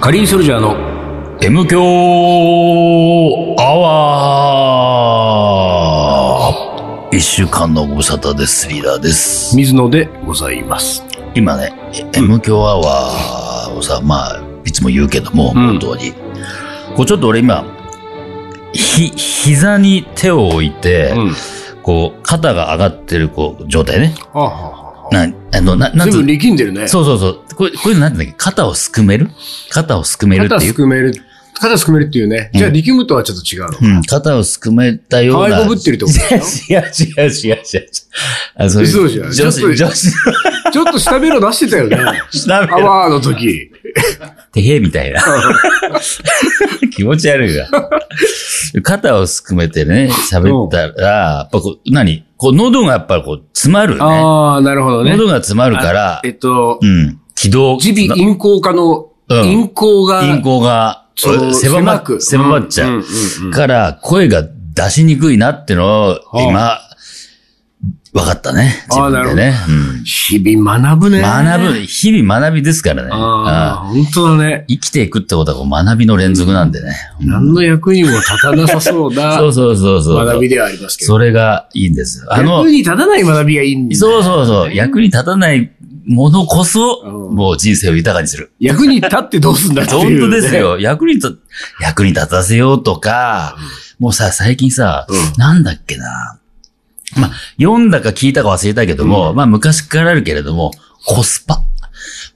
カリーソルジャーの M 強アワー一週間のご無沙汰です、リーダーです。水野でございます。今ね、M 強アワーをさ、まあ、いつも言うけども、うん本当に。こうちょっと俺今、ひ、膝に手を置いて、うん。こう、肩が上がってる、こう、状態ね。あははは。な、あの、な、なん随つう分力んでるね。そうそうそう。これ、これなんていうんだっけ肩をすくめる肩をすくめるっ肩ていすう。くめる。肩すくめるっていうね。うんじゃあ力むとはちょっと違うの。うん、肩をすくめたよう可な。愛こぶってるってことだよ。いや、違う違う違う違う。あ、そ嘘じゃん女ちょっと子、女子ちょっと下ベロ出してたよ ね。調べアろ。ワーの時。てへみたいな。気持ち悪いわ。肩をすくめてね、喋ったら、やっぱこう、何こう、喉がやっぱこう、詰まるよね。ああ、なるほどね。喉が詰まるからえ、っとう、ん、気道、耳鼻咽喉科の、うん咽喉が、咽喉が、その狭ま狭く狭まっちゃうんううんうんうん。から、声が出しにくいなってのを、今、分かったね。自分でね。うん日々学ぶね。学ぶ、日々学びですからね。ああああ、本当だね。生きていくってことはこう学びの連続なんでね。何の役にも立たなさそうな そうそうそうそう。学びではありますけど。それがいいんですよ。あの役、に立たない学びがいいんだよそうそうそう。役に立たないものこそ、うんもう人生を豊かにする。役に立ってどうすんだってい本う、当です。よ。役に立、役に立たせようとか、もうさ、最近さ、うんなんだっけな。まあ、読んだか聞いたか忘れたけども、まあ、昔からあるけれども、コスパ。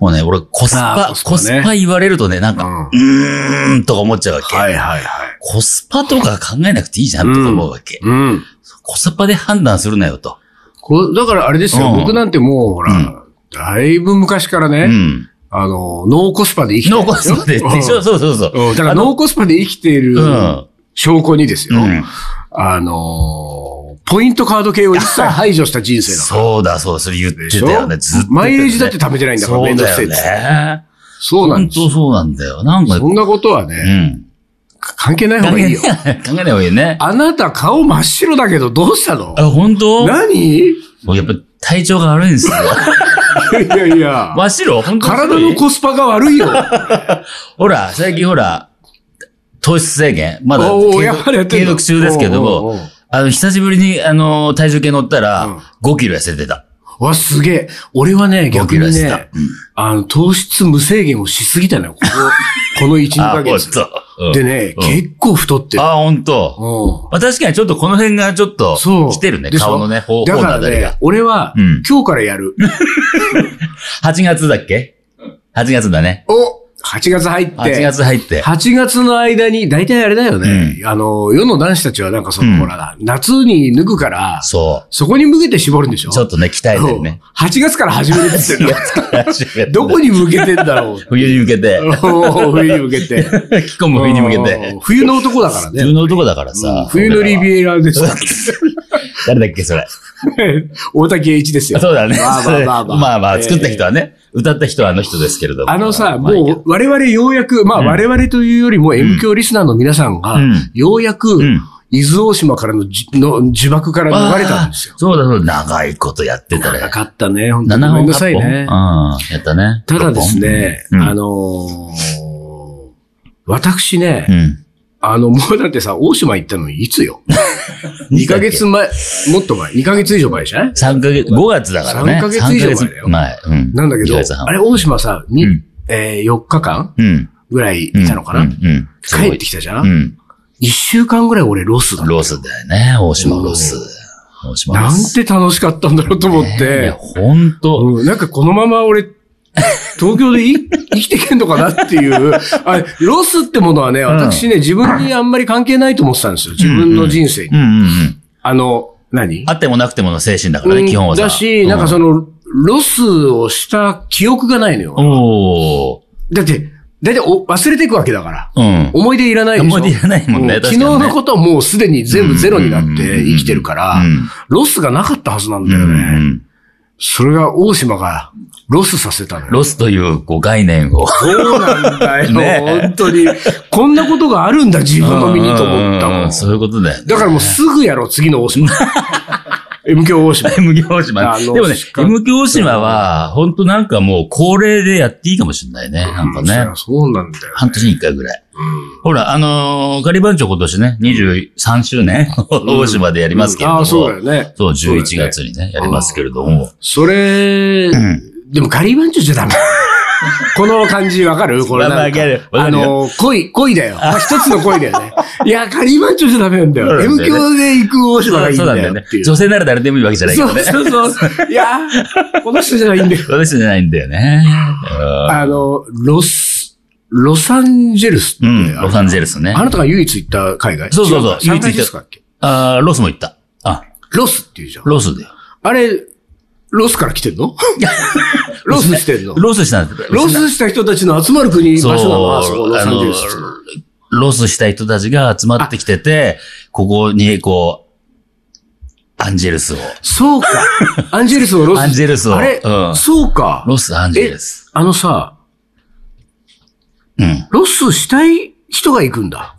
もうね、俺、コスあーパ、ココススパパ,、ね言われるとね、なんうか、ん。はうーん、とか思っちゃうわけ。いはいはい。コスパとか考えなくていいじゃんとか思うわけ。うん。コスパで判断するなよと。こだからあれですよ、うん僕なんてもう、ほら、うんだいぶ昔からね、うん。あの、ノーコスパで生きてノるーんですコスよ。パで、でしょそうそうそう。うんうんだからノーコスパで生きているうん。証拠にですうよ、ん。あの、ポイントカード系を 一切排除した人生だから。そうだ、そう、それ言っでてしょたよね。ずっと言ってたよね。マイレージだって貯めてないんだから、めんどくせそえっうつってだよね。そうなん本ですよ当そうなんだよ。なんか、そんなことはね、うん。関係ない考方がいいえよ。考えない方がいいね。あなた顔真っ白だけどどうしたのあ、本当何いもうやっぱ体調が悪いんです よ。やいや。真っ白本当に体のコスパが悪いよ。ほら、最近ほら、糖質制限、まだおー継やっぱりやっ続てんの継続中ですけどおうおうおう、もあの、久しぶりに、あの、体重計乗ったうんら、5キロ痩せてた。わ、すげえ。俺はね、 5逆キロ痩にせたね。、あの、糖質無制限をしすぎたの よ。この、この1、2ヶあ、ほん月。と。うんでね、うん結構太ってる。あ、ほんと。うんまあ確かにちょっとこの辺がちょっと、そう。来てるね。でしょ顔のね、ほだ頬のかあらたりねが。、俺はうん、今日からやる。 8月だっけ ?8 月だね。お !8 月入って。 8月入って。 8月の間に、大体あれだよね。あの、世の男子たちはなんかその、うんほら、夏に脱ぐから、そそこに向けて絞るんでしょう。ちょっとね、鍛えてるね。うん8月から始めるって 言ってん8だ月から始めてどこに向けてんだろう。冬に向けて。うん冬に向けて。着込む冬に向けうてん。冬の男だからね。冬の男だからうさん。冬のリビエラです。 誰だっけ、それ。大滝栄一ですよ。そうだね。まあまあまあまあ。まあまあ作った人ええ。はね、歌った人はあの人ですけれども。あのさ、まあいいけどもう我々ようやく、まあうん我々というよりも M 教リスナーの皆さんがうん、ようやくうん、伊豆大島からのじの呪縛から逃れたんですよ。あーそうだそうだ、長いことやってたなら。かったね、本当に。 7ごめ本んな8さい本。ね。うん、やったね。ただですね、うんあのー私ね、うん。あの、もうだってさ、大島行ったのいつ よ ?2 ヶ月前、もっと前、2ヶ月以上前じゃない三ヶ月、5月だからね。三ヶ月以上前三だよヶ月前。うん。なんだけ二ヶど、月半あれ、大島さ、にうんえー4日間うん。ぐらいいたのかな、うんうんうん。すごい帰ってきたじゃ、うんん。一 ?1 週間ぐらい俺ロスだ。ロスだよね。大島ロス。大島ロなんス。て楽しかったんだろうと思っいてや、、ほんと。うん、なんかこのまま俺、東京 でい生きてけんのかなっていう。あれ、ロスってものはね、私ね、自分にあんまり関係ないと思ってたんですよ。自分の人生に。うんうんうん。あの、何あってもなくてもの精神だからね、基本はさ。だし、なんかうその、ロスをした記憶がないのよ。おー。だって、だいたいお忘れていくわけだから。うん。思い出いらないでしょ思い出いらないもんねう確か昨に日ねのことはもうすでに全部ゼロになっうんうんうんてうん生きてるからうん、ロスがなかったはずなんだうよんうね。ん。それが大島がロスさせたのよ。ロスという、こう、概念を。そうなんだ ねよ。本当に。こんなことがあるんだ、自分の身にと思ったうんうんも。うんんそういうことだよね。 だからもうすぐやろう、次の大島。 M 響大島。 M 響大島。あのでもねし、か M 響大島は、本当なんかもう恒例でやっていいかもしれないね。なんかうねそりゃ。そうなんだよ。半年に一回ぐらい。うんほら、あのーガリバン長今年ね、23周年、大島でやりますけれども。ああ、そうだよね。そう、11月にね、やりますけれども。それ、でもガリバンチョじゃ ダメ。この感じわかるこれまあまなあんかギャルわかあるよの、恋、恋 だよ。一つの恋だよね。いや、ガリバンチョじゃダメなんだそうよ。なん M だよ響で行く大そう島がいいんなんだだよよねってい。う。女性なら誰でもいいわけじゃないけどそうね。そうそう。いや、この人じゃないんだよ。私じゃないんだよね。うんあの、ロス、ロサンゼルスってうあん、る。ロサンゼルスね。あなたが唯一行った海外そうそうそう違か唯一行サンフランシったスコだっけあーロスも行った。あ、ロスっていうじゃん。ロスだよ。あれ、ロスから来てん のロスしてんのロスしたんだロスした人たちの集まる国、そう、場所なのあそこ、ロサンゼルスって。あのロスした人たちが集まってきてて、ここに、こう、アンジェルスを。そうか。 アンジェルスをロス。アンジェルスをあれ、うんそうか。ロス、アンジェルス。あのさ、うん。ロスしたい人が行くんだ。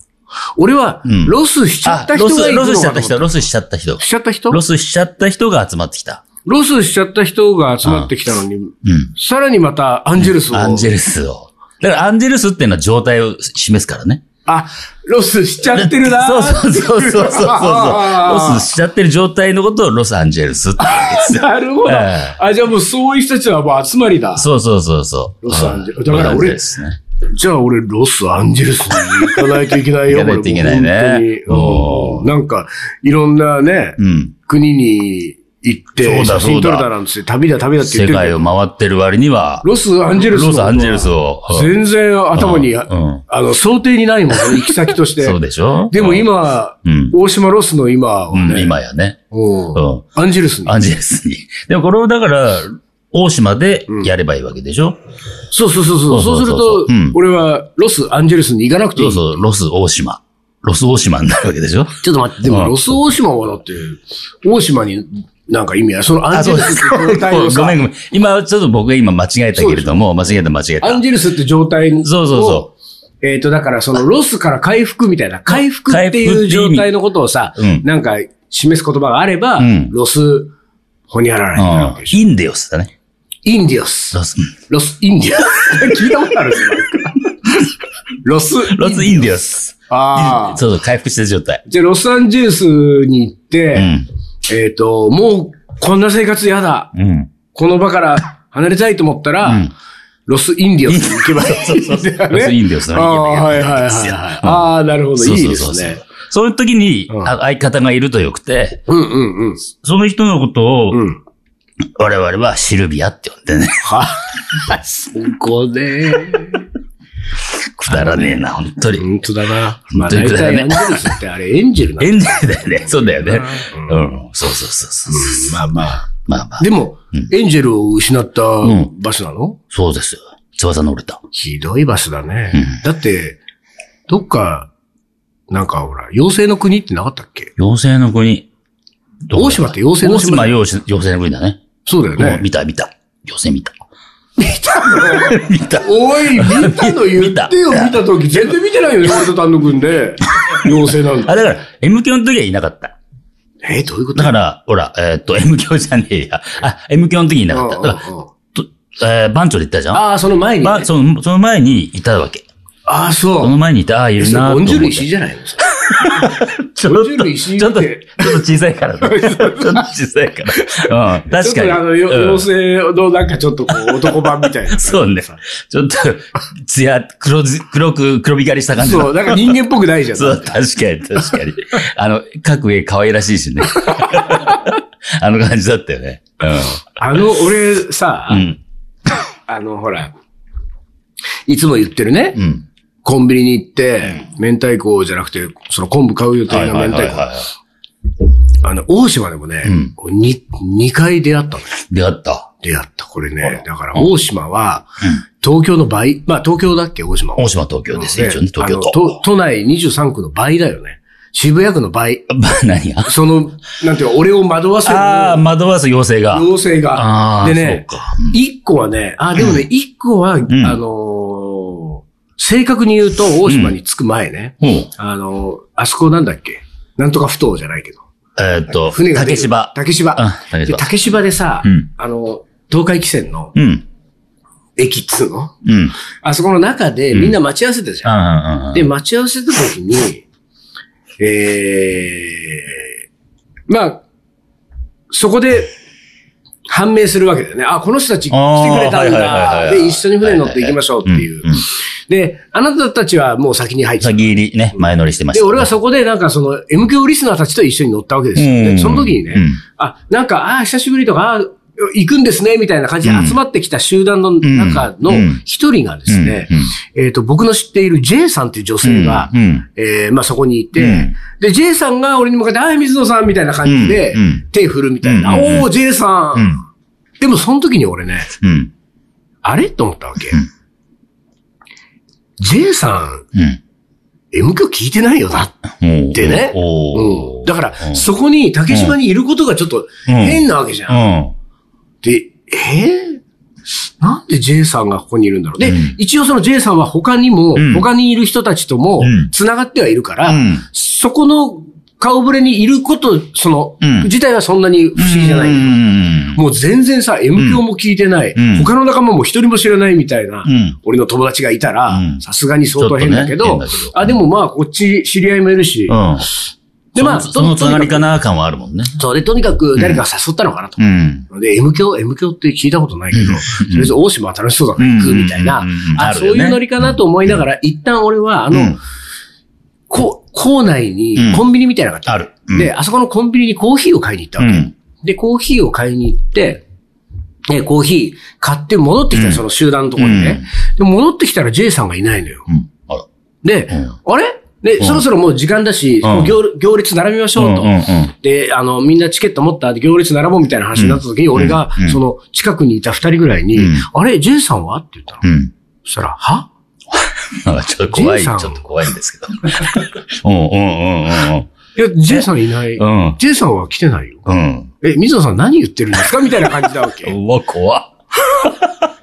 俺は、んロスしちゃあった、人ロがス、行ロくスのしちゃかっとた思った人、ロスしちゃった人。しちゃった人ロスしちゃった人が集まってきた。ロスしちゃった人が集まってきたのに、うん。さらにまたアンジェルスを。アンジェルスを。だから、アンジェルスっていうのは状態を示すからね。あ、ロスしちゃってるなそうそうそうそうそうそう。ロあスしちゃってる状態のことをロスアンジェルスって言うんですーよ。 なるほど。えあ、じゃあもうそういう人たちはもう集まりだ。そうそうそうそう。ロスアンジェルうんだから俺ロスアンジェルスね。じゃあ俺、ロスアンジェルスに行かないといけないよ、行かないといけないねこれもう本当にうんなんか、いろんなね、うん。国に行って、そう写だ真撮れたなんつって、旅だ旅だって言ってる世け界ど。を回ってる割には、ロスアンジェルスのロことスはアンジェルスを。うん全然頭に、うんうんあの、想定にない もん、行き先として。そうでしょでも、今、うん大島ロスの今をうんね、今やね。うんうんアンジェルスに。アンジェルスに。でもこれをだから、大島でやればいいわけでしょ、そうそうそうそう。そそううそすうそるうそうとうん、俺はロスアンジェルスに行かなくていそ。いうそう、ロス大島。ロス大島になるわけでしょちょっと待って、でうもんロス大島はだって、大島になんか意味ある。そのアンジェルスって状態ごをさめんごめん。今、ちょっと僕が今間違えたけれども、間違えた間違えた。アンジェルスって状態を、そうそうそえっ、と、だからそのロスから回復みたいな、回復っていう状態のことをさ、うんなんか示す言葉があれば、うんロス、ほにゃららになるわけうんでしょ。インディオスだね。インディオス。ロス、うんロス、インディオ ス。聞いたことあるんですよなんかロス。ロスインディオス。ああ。そうそう、回復した状態。じゃあ、ロサンゼルスに行って、うん。えっ、と、もう、こんな生活嫌だ。うん。この場から離れたいと思ったら、うんロスインディオスに行けばいいんだ よね。そうそうそうロスインディオスあのあ、はいはいはいいいはいですよ。ああ、なるほど。いそういそでうそうすそうね。そういう時に、うんあ相方がいるとよくて、うんうんうん。その人のことを、うん。我々はシルビアって呼んでね。 は、そこね。くだらねえな、本当に。本当だな。まあ、本大当だ体ねアンジェルスってあれ、エンジェルなんだエンジェルだよね。そうだよね。うん。そうそうそうそう。まあまあ。まあまあ。でも、エンジェルを失ったんバスなのそうですよ。翼の折れた。ひどいバスだねうん。だって、どっか、なんかほら、妖精の国ってなかったっけ妖精の国。どこ大島って妖精の大島島は妖精妖精の国だね。そうだよもうね。見た見た。妖精見た。 見た見た。おい、見たの言ってよ、見た時。全然見てないよね、俺と丹野くん で。妖精なんだ。あ、だから、M 響の時はいなかった。えー、どういうことだから、ほら、えーっと、M 響じゃねえや。あ、M 響の時いなかった。だから、うんうんうんとえー番長で行ったじゃんああ、その前にね。まあ、その、その前にいたわけ。ああ、そそのう。前にいた、ああ、いえるそれなとボ思ンっジて。ュール石井じゃないのそれちょっボンと、ジュール石井っちょっと、ちょってと小さいから ね。ちょっと小さいから。うん、確ちかょっに。とあの、ようん妖精のなんかちょっとこ う、男版みたいな。そうね。ちょっと、つや、黒ず、黒く、黒光りした感じその。う、なんか人間っぽくないじゃん。そう、確かに、確かに。あの、各絵可愛らしいしね。 あの感じだったよね。あの、俺さ、うん。うん。あの、ほら、いつも言ってるね、うん。コンビニに行って、明太子じゃなくて、その昆布買う予定の明太子。あの、大島でもね、うんこうに二回出会ったのよ。い。出会った。出会った。これあらね、だから大島は、東京の倍、まあ東京だっけ、大島は。大島東京ですよ。一応ね、東あ京の都。都内23区の倍だよね。渋谷区の倍。まあ、 何がその、なんていうか、俺を惑わせるああ、惑わす妖精が。妖精あが。あ、でね、そうか。一個はね、あ、でもね、一個は、あのー正確に言うと、大島に着く前ね、うん。あのーあそこなんだっけなんとか不当じゃないけど。えーっと、船が出竹る芝。竹芝。あ竹で芝。竹芝でさ、うんあの、東海汽船のうん。駅っつうのうん。あそこの中でみんな待ち合わせたじゃん。ああ、で、待ち合わせた時に、えー、まあ、そこで判明するわけだよね。あ、この人たち来てくれたんだ。で、一緒に船に乗って行きましょうっていう。んんで、あなたたちはもう先に入ってた。先入りね、前乗りしてましで、た。俺はそこでなんかその M 響リスナーたちと一緒に乗ったわけですよ。うでんその時にね、うんあ、なんか、あー久しぶりとか、あー行くんですね、みたいな感じで集まってきた集団の中の一人がですね、うんうんえっ、と、僕の知っている J さんっていう女性が、うんうんえーまあそこにいて、うんで、J さんが俺に向かって、あー、水野さんみたいな感じでうんうん、手振るみたいな、うんうんうんおー、J さん、うんでもその時に俺ね、うん。あれと思ったわけ。うん J さん、うん。 M 響聞いてないよな。もうでねおうん、だから、そそこに竹島にいることがちょっと変なわけじゃん。うん。で、えーなんで J さんがここにいるんだろう。で、うん一応その J さんは他にも、うん他にいる人たちともうん、繋がってはいるから、うんそこの顔ぶれにいること、その、うん自体はそんなに不思議じゃない。うん。もう全然さ、M 響も聞いてない、うん他の仲間も一人も知らないみたいな、うん俺の友達がいたらう、んさすがに相当変だけちょど、っとね変だけどあ、でもまあ、こっち知り合いもいるし、うん。でまあ、そのそのととに隣かかな感はあるもんね。く、そうで、とにかく誰かが誘ったのかなと。うん。で、M 響、M 響って聞いたことないけど、とりあえず大島は楽しそうだから行くみたいなうんうんうん、うんあ、あるそうよねいうノリかなと思いながら、一旦俺は、あうのん、こ校内にうんコンビニみたいなのがあったある。うんで、、あそこのコンビニにコーヒーを買いに行ったうわけ。ん。で、コーヒーを買いに行って、ね、コーヒー買って戻ってきたの、うんその集団のところにね。で、戻ってきたら J さんがいないのよ。うん。あら。で、あれで、んそろそろもう時間だし、んもう行行列並びましょうと。うんうんうんで、あの、みんなチケット持った行列並ぼうみたいな話になった時に、ん俺がう、んその、近くにいた二人ぐらいに、うんあれ、J さんはって言ったの。うん。そしたら、はなんかちょっと怖い、ジちェょイっさんと怖いんですけど。うんうんうんうんいや、J さんいない。うん。うん。 J さんは来てないよ。うん。え、水野さん何言ってるんですかみたいな感じだわ け。うわ、怖っ。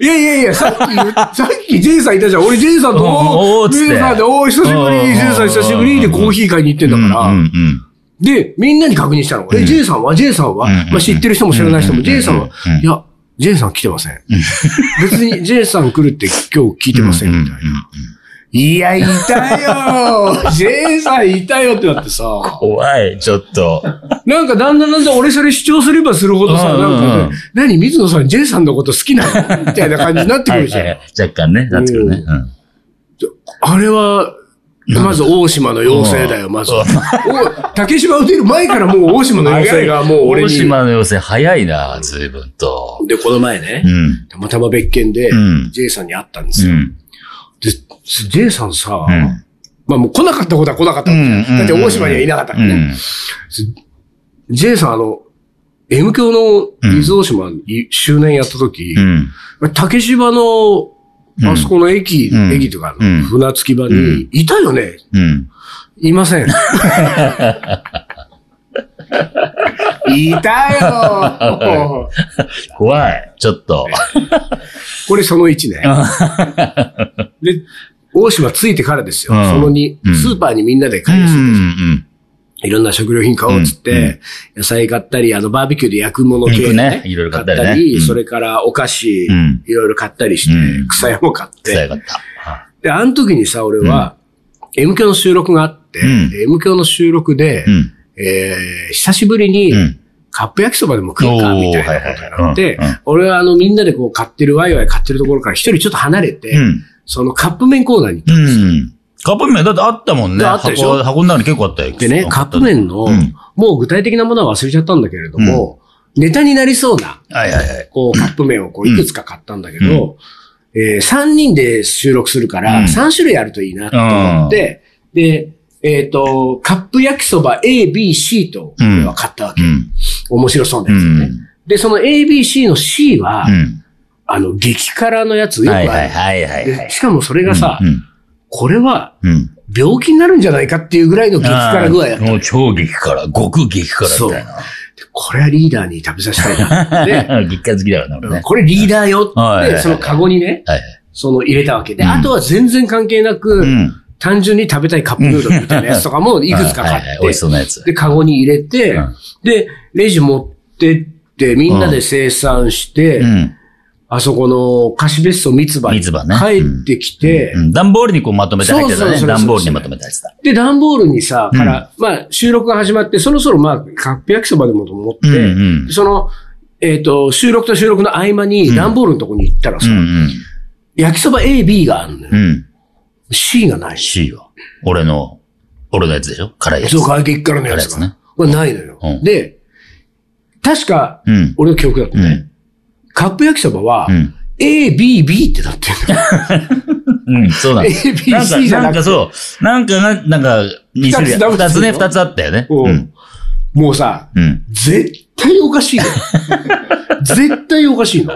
いやいやいや、さっき言 う、さっき J さんいたじゃん。俺 J さんと、うんおーっつって J さんで、おー、久しぶうんり、J さん久しぶりでコーヒー買いに行ってんだから。うんうんで、みんなに確認したの。え、J さんは ?J さんは、うんまあ、知ってる人も知らない人うも、ん J さんは、うんいや、J さん来てません。別に J さん来るって今日聞いてません、みたいな。いや、いたよ ー !J さんいたよってなってさ、怖い、ちょっと。なんかだんだんだんだん俺それ主張すればするほどさ、うんうんうんなんかね、何、水野さん J さんのこと好きなのみたいな感じになってくるじゃん。はいはいはい若干ね、なってくるね。うんあれは、まず大島の妖精だよ、まず。うんお竹島を出る前からもう大島の妖精がもう俺に。大島の要請早いな、随分と。で、この前ねう、ん。たまたま別件でう、ん。 J さんに会ったんですうよ。ん。で、す J さんさ、うんまあもう来なかったことは来なかったわけじゃんうんうんだって大島にはいなかったからね。J さん、あの、M 教の伊豆大島い周年やった時う、ん。竹芝の、あそこの駅、うん駅とかうのん船着き場うに、いたよねうん。いません。い たよ怖い、ちょっと。これその1ね。 で、大島ついてからですよ。うんその2、うんスーパーにみんなでうん買い出し、うんいろんな食料品買おうっつって、うんうん野菜買ったり、あの、バーベキューで焼くもの系、肉ねいろいろ買ったりねうんそれからお菓子、うんいろいろ買ったりして、うん草屋も買っうん。て。よかった。で、あの時にさ、俺は、M 教の収録があって、うん M 教の収録で、うん。えー久しぶりに、うん。カップ焼きそばでも食うか、おーみたいなことになっはいてはいはいうんうん、俺はあのみんなでこう買ってる、ワイワイ買ってるところから一人ちょっと離れて、うん。そのカップ麺コーナーに行っうん。カップ麺だってあったもんね。あったでしょ箱箱の中に結構あったよ。てね、カップ麺の、うんもう具体的なものは忘れちゃったんだけれども、ネタになりそうな、はいはいはい。こうカップ麺をこういくつか買ったんだけど、え3人で収録するかうら、ん3種類あるといいなと思って、で、えっ、と、カップ焼きそば A、B、C と、俺は買ったわけう。ん。面白そううなやつをね。ん。で、その A、B、C の C は、うん。あの、激辛のやつよくあはいる。はいはいはいはでい。しかもそれがさ、うんこれはうん。うん。病気になるんじゃないかっていうぐらいの激辛具合やあっーた。もう超激辛、極激辛みたいな。これはリーダーに食べさせたい な。で、激辛好きだからね、俺ね。これリーダーよはっいはいて、はいそのカゴにね、はいその入れたわけで、うんあとは全然関係なく、うん。単純に食べたいカップヌードルみたいなやつとかもいくつか買っはいはいて、美味しそうなやつで、カゴに入れて、うんで、レジ持ってって、みんなで生産して、うん。あそこの貸別荘三つ葉に三つ葉ね帰ってきて、うん。段ボールにこうまとめて入ってそうたそうそうね。そう段ボールにまとめたやつだ。で、段ボールにさ、から、まあ、収録が始まって、そろそろまあ、カップ焼きそばでもと思って、うんうんその、えっ、と、収録と収録の合間に、段ボールのとこに行ったらうさ、んうん。焼きそば A、B があるのよ。うん。 C がないし。 C は、俺の、俺のやつでしょ辛いやつ。そう、外撃からのやつあれが。ですねこれないのよ。うんで、確か、うん。俺の記憶だとうね、ん。カップ焼きそばは、うん A、B、B ってなってるのよ。うん、そうなんだ。 A B なんか C じゃなくなんてかそう。なんかな、なんか、二種類。二つ二つね、二つあったよね。ううんん。もうさ、 うん。絶対おかしいの。 絶対おかしいの。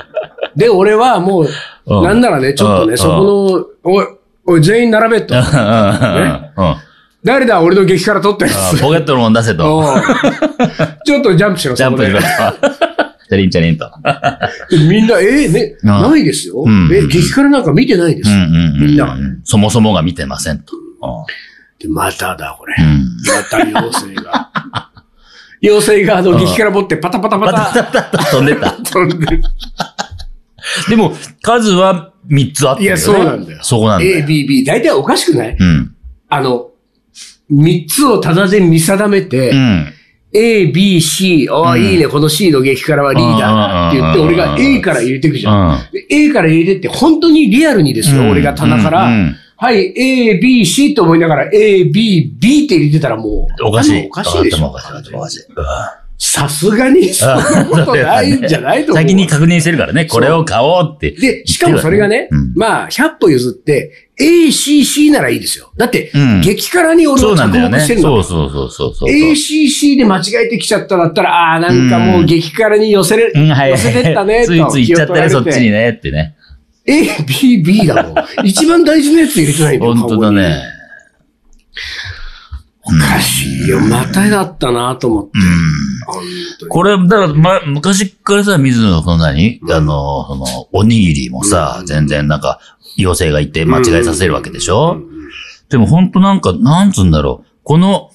で、俺はもう、うんなんならね、ちょっとうね、んそこの、おい、おい、全員並べとう。んうんうんうん誰だ、俺の激辛取ったやあつ。ポケットのもん出せと。うんちょっとジャンプしろ、ジャンプしろとそこ。チャリンチャリンと。ででみんな、えーね、うんないですよ。うんえ、激辛なんか見てないでうす。んうんうん。みんなそもそもが見てませんと。で、まただ、これう。まん。た妖精が。妖精が、あの、激辛持ってパタパタパパタタ パタパ タ飛んでた。飛んでる。でも、数は三つあったよね。いやそうなんだよそこなんだ A、よ。 B、B。大体おかしくないうん。あの、三つをただで見定めて、うん。 A、B、C、ああ、いいね、この C の激辛はリーダーだって言って、うん俺が A から入れていくじゃん。うん。で A から入れてって、本当にリアルにですよ、うん俺が棚から、うんうんはい、A、B、C と思いながら、A、B、B って入れてたらもう、おかしい。頭おかしいでし頭おょか。しい。頭おかしい。さすがに、そんなことないんじゃないと思う。先に確認してるからね、これを買おうって。で、しかもそれがね、うんまあ、100歩譲って、A、C、C ならいいですよ。だって、うん激辛に俺そをうなんだ着よ目ね。してそるの。うそうそうそうそう。 ACC で間違えてきちゃっただったら、ああー、なんかもう激辛に寄せれ、うん、はい。寄せてったね、 ついと。つい行っちゃったね、気そをっ取ちられにて。ね、ってね。 A、B、B だも ん。一番大事なやつ入れてないんだよ。本当だカゴに。ね。おかしいよ。まただったなと思って。うん。本当にこれ、だから、ま、昔からさ、水野のその何、あの、その、おにぎりもさ、うん全然なんか、妖精がいて間違えさせるわけでしうょ、んうんでも本当なんか、なんつうんだろう。この、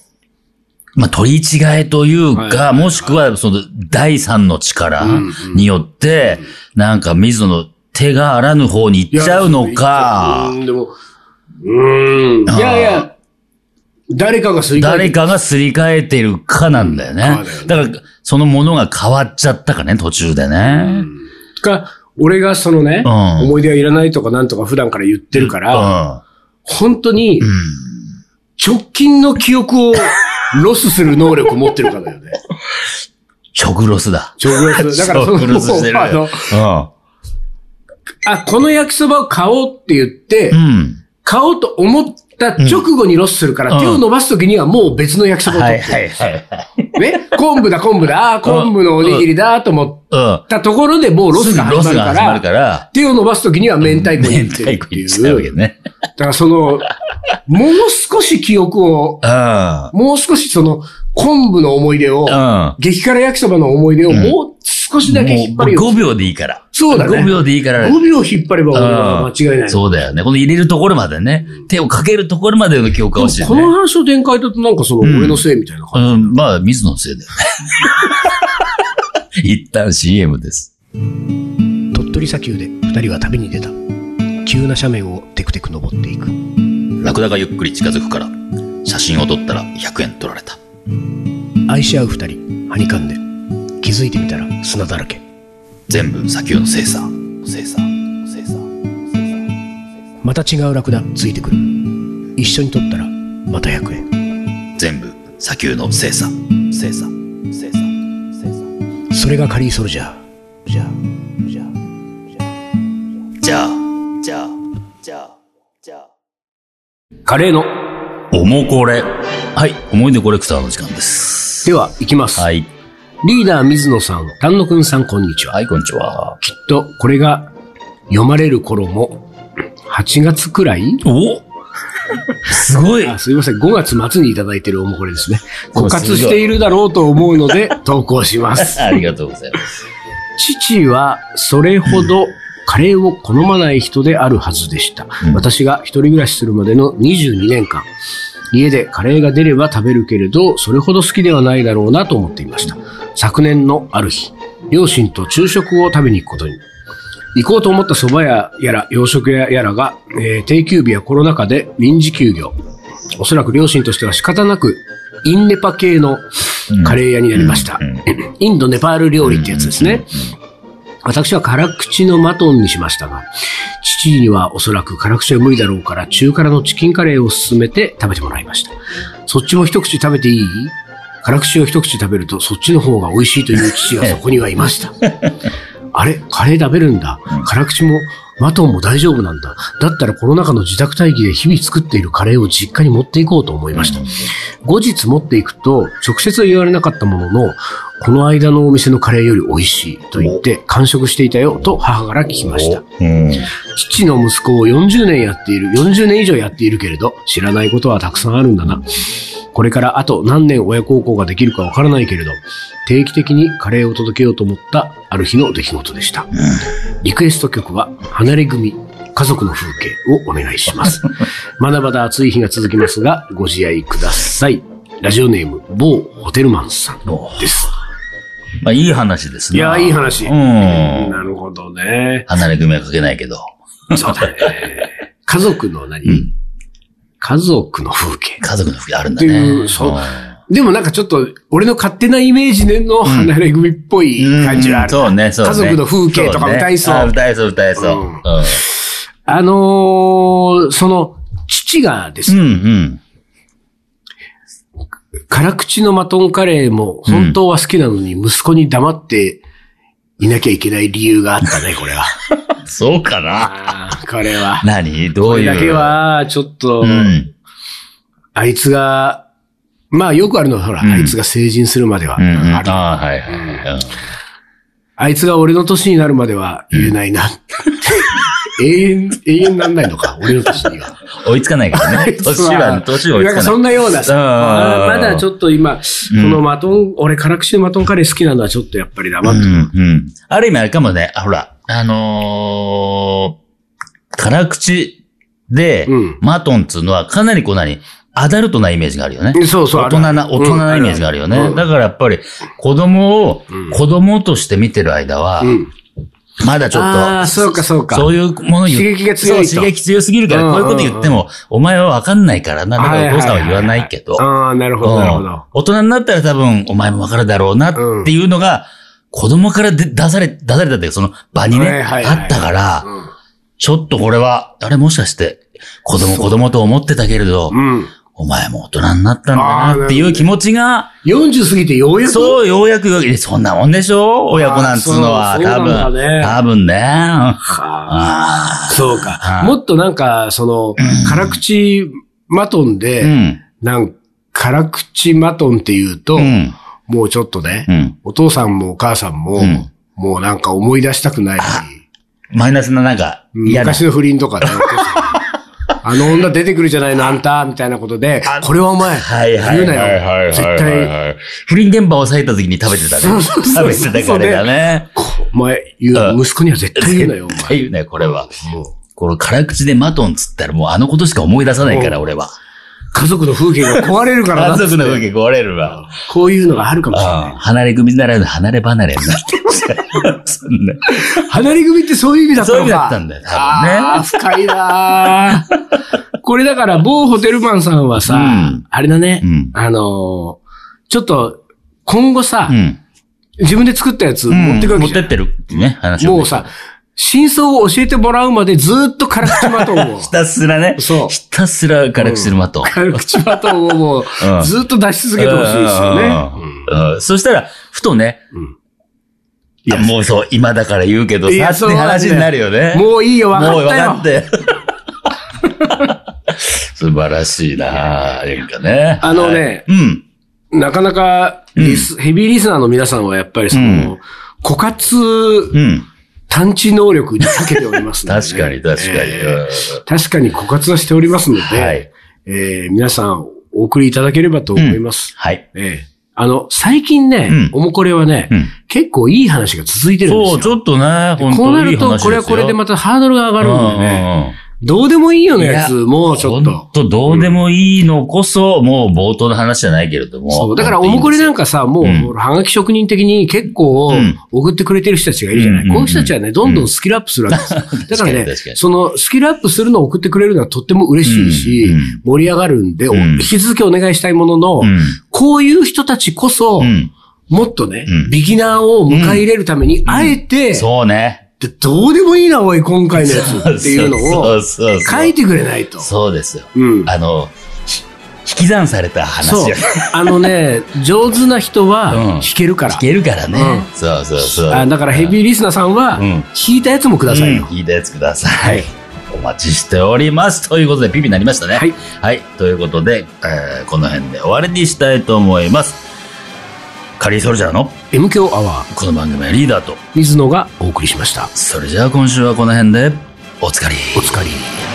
まあ、取り違えというはいはいはか、もしくは、その、第三の力うんうんによって、なんか、水野の手があらぬ方に行っちゃうのうか、んでも、うん。いあーやいや、誰かが吸い替え誰てかがすり替えてるかなんだかよねだよね。だから、そのものが変わっちゃったかね、途中でね。か、俺がそのね、うん思い出はいらないとかなんとか普段から言ってるから、本当にうん。直近の記憶をロスする能力を持ってるからだ よね。食ロスだ。直列。だからそ食ロスしてる。の、あの、あ、この焼きそばを買おうって言って、うん。うん。買おうと思った直後にロスするから、うん手を伸ばすときにはもう別の焼きそばをは取いってる。はいはいはい。ね昆布だ昆布だ、あー昆布のおにぎりだと思うんっ。たところでもうロスがロ始まスるがか始まらる、から、手を伸ばすときには明太子に明行って太るっ子ていっいちゃうわけう。ね。だからその、もう少し記憶を、うん。もう少しその、昆布の思い出を、うん。激辛焼きそばの思い出をもう少しだけ引っ張りもう5秒でいいから。そうだね5秒でいいから。 5秒引っ張れば俺は間違いない。そうだよね。この入れるところまでね。手をかけるところまでの記憶が欲しいでねも。この話の展開だとなんかその、うん俺のせいみたいな感うん、まあ、水野のせいだよね。 一旦 CM です。じ。鳥取砂丘で二人は旅に出た。急な斜面をテクテク登っていく。ラクダがゆっくり近づくから、写真を撮ったら100円取られた。愛し合う二人、はにかんで。気づいてみたら砂だらけ。全部砂丘の精査。精査。精査。また違うラクダついてくる。一緒に撮ったら、また100円。全部砂丘の精査。精査。精査。精査。それがカリーソルジャー。じゃあ、じゃあ。じゃあ、じゃあ、じゃあ、じゃあ。カレーの。おもこれ。はい、思い出コレクターの時間です。では、行きます。はい。リーダー水野さん、丹野くんさん、こんにちは。はい、こんにちは。きっと、これが読まれる頃も、8月くらいおす ごい。あすいません。5月末にいただいてるおもこれですね。そう枯渇しているだろうと思うので、投稿します。ありがとうございます。父は、それほどカレーを好まない人であるはずでした。うん私が一人暮らしするまでの22年間、家でカレーが出れば食べるけれど、それほど好きではないだろうなと思っていました。昨年のある日、両親と昼食を食べに行くことに。行こうと思った蕎麦屋やら洋食屋やらが、えー定休日やコロナ禍で臨時休業。おそらく両親としては仕方なく、インネパ系のカレー屋になりました。うんうん インドネパール料理ってやつですね。私は辛口のマトンにしましたが、父にはおそらく辛口は無理だろうから中辛のチキンカレーを勧めて食べてもらいました。そっちも一口食べていい辛口を一口食べるとそっちの方が美味しいという父がそこにはいました。あれカレー食べるんだ。辛口もマトンも大丈夫なんだ。だったらコロナ禍の自宅待機で日々作っているカレーを実家に持っていこうと思いました。後日持っていくと、直接は言われなかったものの、この間のお店のカレーより美味しいと言って完食していたよと母から聞きました。うん。父の息子を40年やっている、40年以上やっているけれど、知らないことはたくさんあるんだな。これからあと何年親孝行ができるかわからないけれど、定期的にカレーを届けようと思ったある日の出来事でした。リクエスト曲は、離れ組、家族の風景をお願いします。 まだまだ暑い日が続きますが、ご自愛ください。ラジオネーム、某ホテルマンさんです。まあ、いい話ですいね。やー、いい。話。う。なんるほどね。離れ組はかけないけど。そうだね。家族の何、うん家族の風景。家族の服あるんっだていね。うそううでもなんかちょっと、俺の勝手なイメージでの離れ組っぽいん。感じはあうんる。そうね、そうね。家族の風景とかね歌いそうあ歌いそう、歌いそう。ううんん。あのー、その、父がですうね、ん、辛口のマトンカレーも本当は好きなのに息子に黙っていなきゃいけない理由があったね、こ れは。うん。そうかな。あーこれは。何どこうれいう。だけは、ちょっと、うん。あいつが、まあよくあるのは、ほら、うんあいつが成人するまでは、うんうん。あるああ、はいはいはい。うんあいつが俺の年になるまでは言えない な。永遠、永遠なんないのか、俺の年には。追いつかないか らね。年は、年は追いなつんかかなそんなようなさ、うんまあまだちょっと今、このマトン、俺辛口のマトンカレー好きなのはちょっとやっぱり黙い。って。うん、うん。ある意味あれかもね。あ、ほら、あのー、辛口でうん、マトンっつうのはかなりこう何アダルトなイメージがあるよね。そうそう。大人あるあな、る大人なイメージがあるよね。だからやっぱり、子供をうん、子供として見てる間はう、ん。まだちょっと、ああ、そうかそうか。そういうもの言う刺激が強いとそう、刺激強すぎるから、うんこういうこと言っても、お前はわかんないからな、だはいかはいはいらお父さんは言わないけど。ああ、なるほど、なるほど。大人になったら多分、お前もわかるだろうなっていうのが、子供からで出され、出されたっていうか、その場にね、はいはいはいあったから、うんちょっとこれは、あれもしかして、子供子供と思ってたけれど、うん。お前も大人になったんあーなるほだなどっていう気持ちが、 40過ぎてようやく。 そう、ようやく、えそんなもんでしょ親子なんつうのあは、ーそう多そうなん分、だね多分ね。か。あそうか。うんもっとなんか、その、辛口マトンーうで、ん。なんか辛口マトンって言うとう、ん。もうちょっとねう、ん。お父さんもお母さんもん、もうなんか思い出したくないし、マイナスななんか、 嫌な昔。の不倫とかね、お 父さんもあの女出てくるじゃないの、あんた、みたいなことで、これはお前、はいはい言はういなはいはいよ。はい絶対、はい。不倫現場を抑えた時に食べてたね。そうそうそう食べてたカレーだね。お前、言ううん息子には絶対言うなよ、お絶前。対言うね、これは。もうこの辛口でマトンつったらもうあのことしか思い出さないから、うん俺は。家族の風景が壊れるからなっつ 家って族の風景壊れるわ。こういうのがあるかうもしれない。ん離れ組ならぬ離れ離れになってる から。そんな離れ組ってそういう意味だったのか。そういう意味だったんだよ多分ねああ、深いなー これだから、某ホテルマンさんはさ、うんあれだね、うんあのーちょっと、今後さ、うん。自分で作ったやつうん持ってくわけじゃ持ってってるってね、話ん。をねもうさ、真相を教えてもらうまでずーっと辛口マトンを。 ひたすらね。そうひたすら辛口するマトン。辛口マトンをもう、んずーっと出し続けてほしいですよね。うんうんそしたら、ふとね、うんいや、もうそう、今だから言うけどいやさ、ってそうなんだよ話になるよね。もういいよ、分もかっう分たよ。かって。 素晴らしいなぁ、なんかね。あのねはいうん。なかなかリス、ヘビーリスナーの皆さんはやっぱりその、うん枯渇うん。探知能力に長けておりますので、 確かに、確かに。えー確かに枯渇はしておりますので、はいえー皆さんお送りいただければと思います。はい。えーあの、最近ね、うんおもこれはね、うん結構いい話が続いてるんですよ。そう、ちょっとね、本こう当ないいる話と、ですよこれはこれでまたハードルが上がるんだよね。うんうんうんどうでもいいよのやついやもうちょっほとん。とどうでもいいのこそ、もう冒頭の話じゃないけれども。そう。だから、おもこれなんかさ、もう、うんほらはがき職人的に結構うん、送ってくれてる人たちがいるじゃない。うんうんこういう人たちはね、どんどんスキルアップするわけですよ。だからね確かに確か、にその、スキルアップするのを送ってくれるのはとっても嬉しいしうんう、盛り上がるんで、おうん引き続きお願いしたいものの、うんこういう人たちこそう、ん。もっとねう、んビギナーを迎え入れるために、あえて、そうね。でどうでもいいな、おい、今回のやつっていうのそをう、そうそう書いてくれないと。そうですよ。うん。あの、ひ引き算された話そうよ。。あのね、上手な人うんは弾けるから聞。けるからねう。そうそうそう。あだからヘビーリスナーさんは、うん聞いたやつもくださいよ。うん聞いたやつください。お待ちしております。ということで、ピピになりましたね。はい。はい。ということで、えーこの辺で終わりにしたいと思います。カリーソルジャーの M 強アワー、この番組はリーダーと、水野がお送りしました。それじゃあ今週はこの辺で、おつかり。お疲れ。